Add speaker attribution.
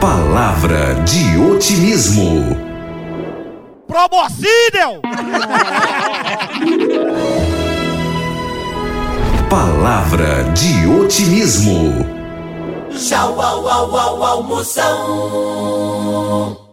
Speaker 1: Palavra de otimismo.
Speaker 2: Promocídeo!
Speaker 1: Palavra de otimismo.
Speaker 3: Tchau, au, au, au, almoção.